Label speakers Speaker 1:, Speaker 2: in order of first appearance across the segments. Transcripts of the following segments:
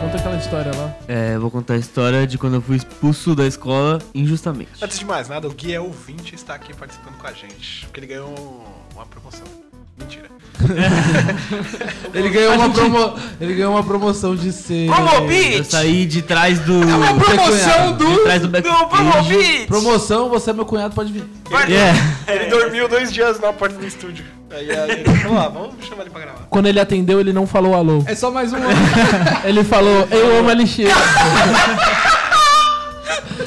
Speaker 1: conta aquela história lá.
Speaker 2: É, vou contar a história de quando eu fui expulso da escola injustamente.
Speaker 3: Antes de mais nada, o Gui é ouvinte e está aqui participando com a gente. Porque ele ganhou um, uma promoção. Mentira.
Speaker 1: Ele ganhou,
Speaker 2: A
Speaker 1: uma
Speaker 2: gente-
Speaker 1: promo... Ele ganhou uma promoção de ser.
Speaker 2: Eu saí de trás do.
Speaker 1: promoção
Speaker 2: do- De trás do backstage. do Promobit!
Speaker 1: Promoção, você é meu cunhado, pode vir.
Speaker 2: É.
Speaker 3: Ele dormiu dois dias na porta do estúdio. Aí a gente falou, ah, vamos chamar ele pra gravar.
Speaker 1: Quando ele atendeu, ele não falou alô.
Speaker 4: É só mais um
Speaker 1: Ele falou, eu amo a lixeira.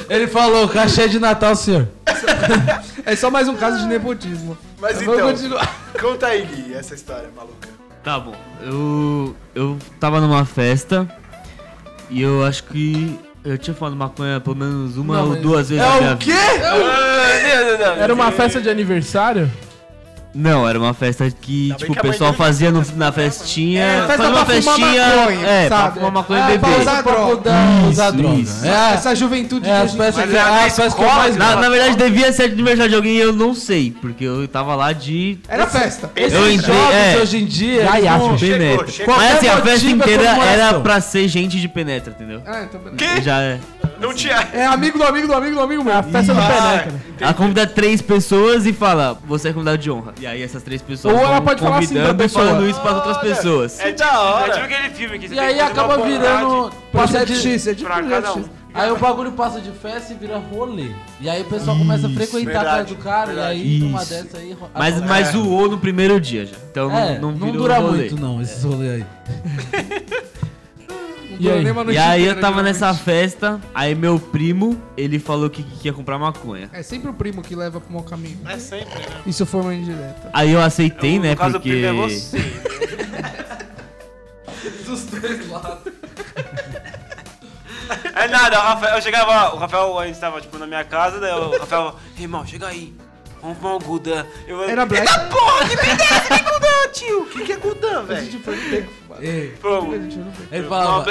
Speaker 1: ele falou, cachê de Natal, senhor.
Speaker 4: É só mais um caso de nepotismo.
Speaker 3: Mas
Speaker 4: Vamos
Speaker 3: então,
Speaker 4: continuar.
Speaker 3: conta aí, Gui, essa história maluca.
Speaker 2: Tá bom. Eu. Eu tava numa festa e eu acho que. Eu tinha falado maconha pelo menos uma
Speaker 1: Não,
Speaker 2: ou
Speaker 1: mas-
Speaker 2: duas vezes na minha vida.
Speaker 1: Era uma festa de aniversário?
Speaker 2: Não, era uma festa que,
Speaker 3: Ainda bem
Speaker 2: tipo,
Speaker 3: que a
Speaker 2: o
Speaker 3: mãe
Speaker 2: pessoal
Speaker 3: dele não né?
Speaker 2: fazia no- na festinha.
Speaker 4: É, festa
Speaker 2: fazia uma
Speaker 4: pra fumar
Speaker 2: festinha.
Speaker 4: maconha,
Speaker 2: é, pra
Speaker 4: sabe?
Speaker 2: fumar maconha
Speaker 4: Ah,
Speaker 2: e
Speaker 4: pra
Speaker 2: beber.
Speaker 4: usar
Speaker 1: Pra
Speaker 4: droga.
Speaker 1: poder usar
Speaker 2: Isso,
Speaker 1: droga.
Speaker 2: isso.
Speaker 1: É,
Speaker 4: Essa juventude
Speaker 1: é
Speaker 4: que a
Speaker 1: as
Speaker 4: gente-
Speaker 1: festas
Speaker 3: Mas
Speaker 1: que,
Speaker 3: era
Speaker 1: ah,
Speaker 3: na
Speaker 1: as festas que eu mais
Speaker 2: Na,
Speaker 1: gosto.
Speaker 2: na verdade, devia ser aniversário de alguém e eu não sei, porque eu tava lá de.
Speaker 4: Era festa.
Speaker 3: Esse
Speaker 2: Eu
Speaker 1: Esses
Speaker 2: entrei,
Speaker 1: jovens
Speaker 2: é.
Speaker 1: hoje em dia, eles
Speaker 2: Gaiato,
Speaker 1: não-
Speaker 2: bem
Speaker 3: chegou,
Speaker 2: penetra.
Speaker 3: chegou.
Speaker 2: Mas assim, a
Speaker 1: Qualquer
Speaker 2: festa
Speaker 1: motivo é
Speaker 2: inteira era
Speaker 1: comemoração.
Speaker 2: pra ser gente de penetra, entendeu?
Speaker 4: Ah, então beleza.
Speaker 3: Que?
Speaker 2: Já é.
Speaker 3: Não tinha.
Speaker 4: É amigo do amigo do amigo do amigo meu.
Speaker 1: a festa do
Speaker 3: Ah,
Speaker 1: Penetra.
Speaker 2: Ela convida três pessoas e fala, você é convidado de honra. E aí essas três pessoas
Speaker 1: Ou
Speaker 2: vão
Speaker 1: ela pode falar assim pra
Speaker 2: convidando e
Speaker 1: pessoa.
Speaker 2: falando isso pras outras pessoas.
Speaker 1: tá
Speaker 3: é da
Speaker 5: É tipo
Speaker 3: hora.
Speaker 5: aquele filme que você
Speaker 1: E
Speaker 5: tem que
Speaker 1: aí
Speaker 5: fazer uma
Speaker 1: acaba
Speaker 5: bondade
Speaker 1: virando. Passa
Speaker 4: Projeto
Speaker 1: de,
Speaker 4: X, é tipo
Speaker 5: pra cada
Speaker 4: projeto
Speaker 5: um.
Speaker 4: X.
Speaker 1: aí o bagulho passa de festa e vira rolê. E aí o pessoal começa a frequentar a casa
Speaker 3: verdade,
Speaker 1: do cara, e aí
Speaker 2: verdade.
Speaker 1: numa
Speaker 2: Isso.
Speaker 1: dessa aí. ro-
Speaker 2: Mas,
Speaker 1: acontece.
Speaker 2: mas zoou no primeiro dia já. Então
Speaker 1: É,
Speaker 2: não,
Speaker 1: não,
Speaker 2: não, virou
Speaker 1: dura
Speaker 2: rolê. É.
Speaker 1: muito, não, esses rolês aí.
Speaker 4: Não
Speaker 1: E aí?
Speaker 4: nem uma noite
Speaker 2: E aí
Speaker 4: inteira,
Speaker 2: eu tava
Speaker 4: geralmente.
Speaker 2: nessa festa, aí meu primo, ele falou que, que ia comprar maconha.
Speaker 4: É sempre o primo que leva pro mau caminho.
Speaker 3: É sempre, né?
Speaker 4: Isso foi uma indireta.
Speaker 2: Aí eu aceitei,
Speaker 5: No
Speaker 2: né,
Speaker 5: caso, o
Speaker 2: porque...
Speaker 5: primo é você.
Speaker 4: Dos dois lados.
Speaker 5: É nada, o Rafael, eu chegava, o Rafael ainda estava tipo na minha casa, daí o Rafael, irmão, chega aí. Vamos pra uma gudan. Eu
Speaker 4: Era black.
Speaker 5: Eita porra, que merda é essa que é gudan, tio? Que que é gudan,
Speaker 3: A
Speaker 5: velho?
Speaker 3: gente foi pego.
Speaker 1: Ei,
Speaker 5: Pronto.
Speaker 1: Ele falava,
Speaker 5: Uma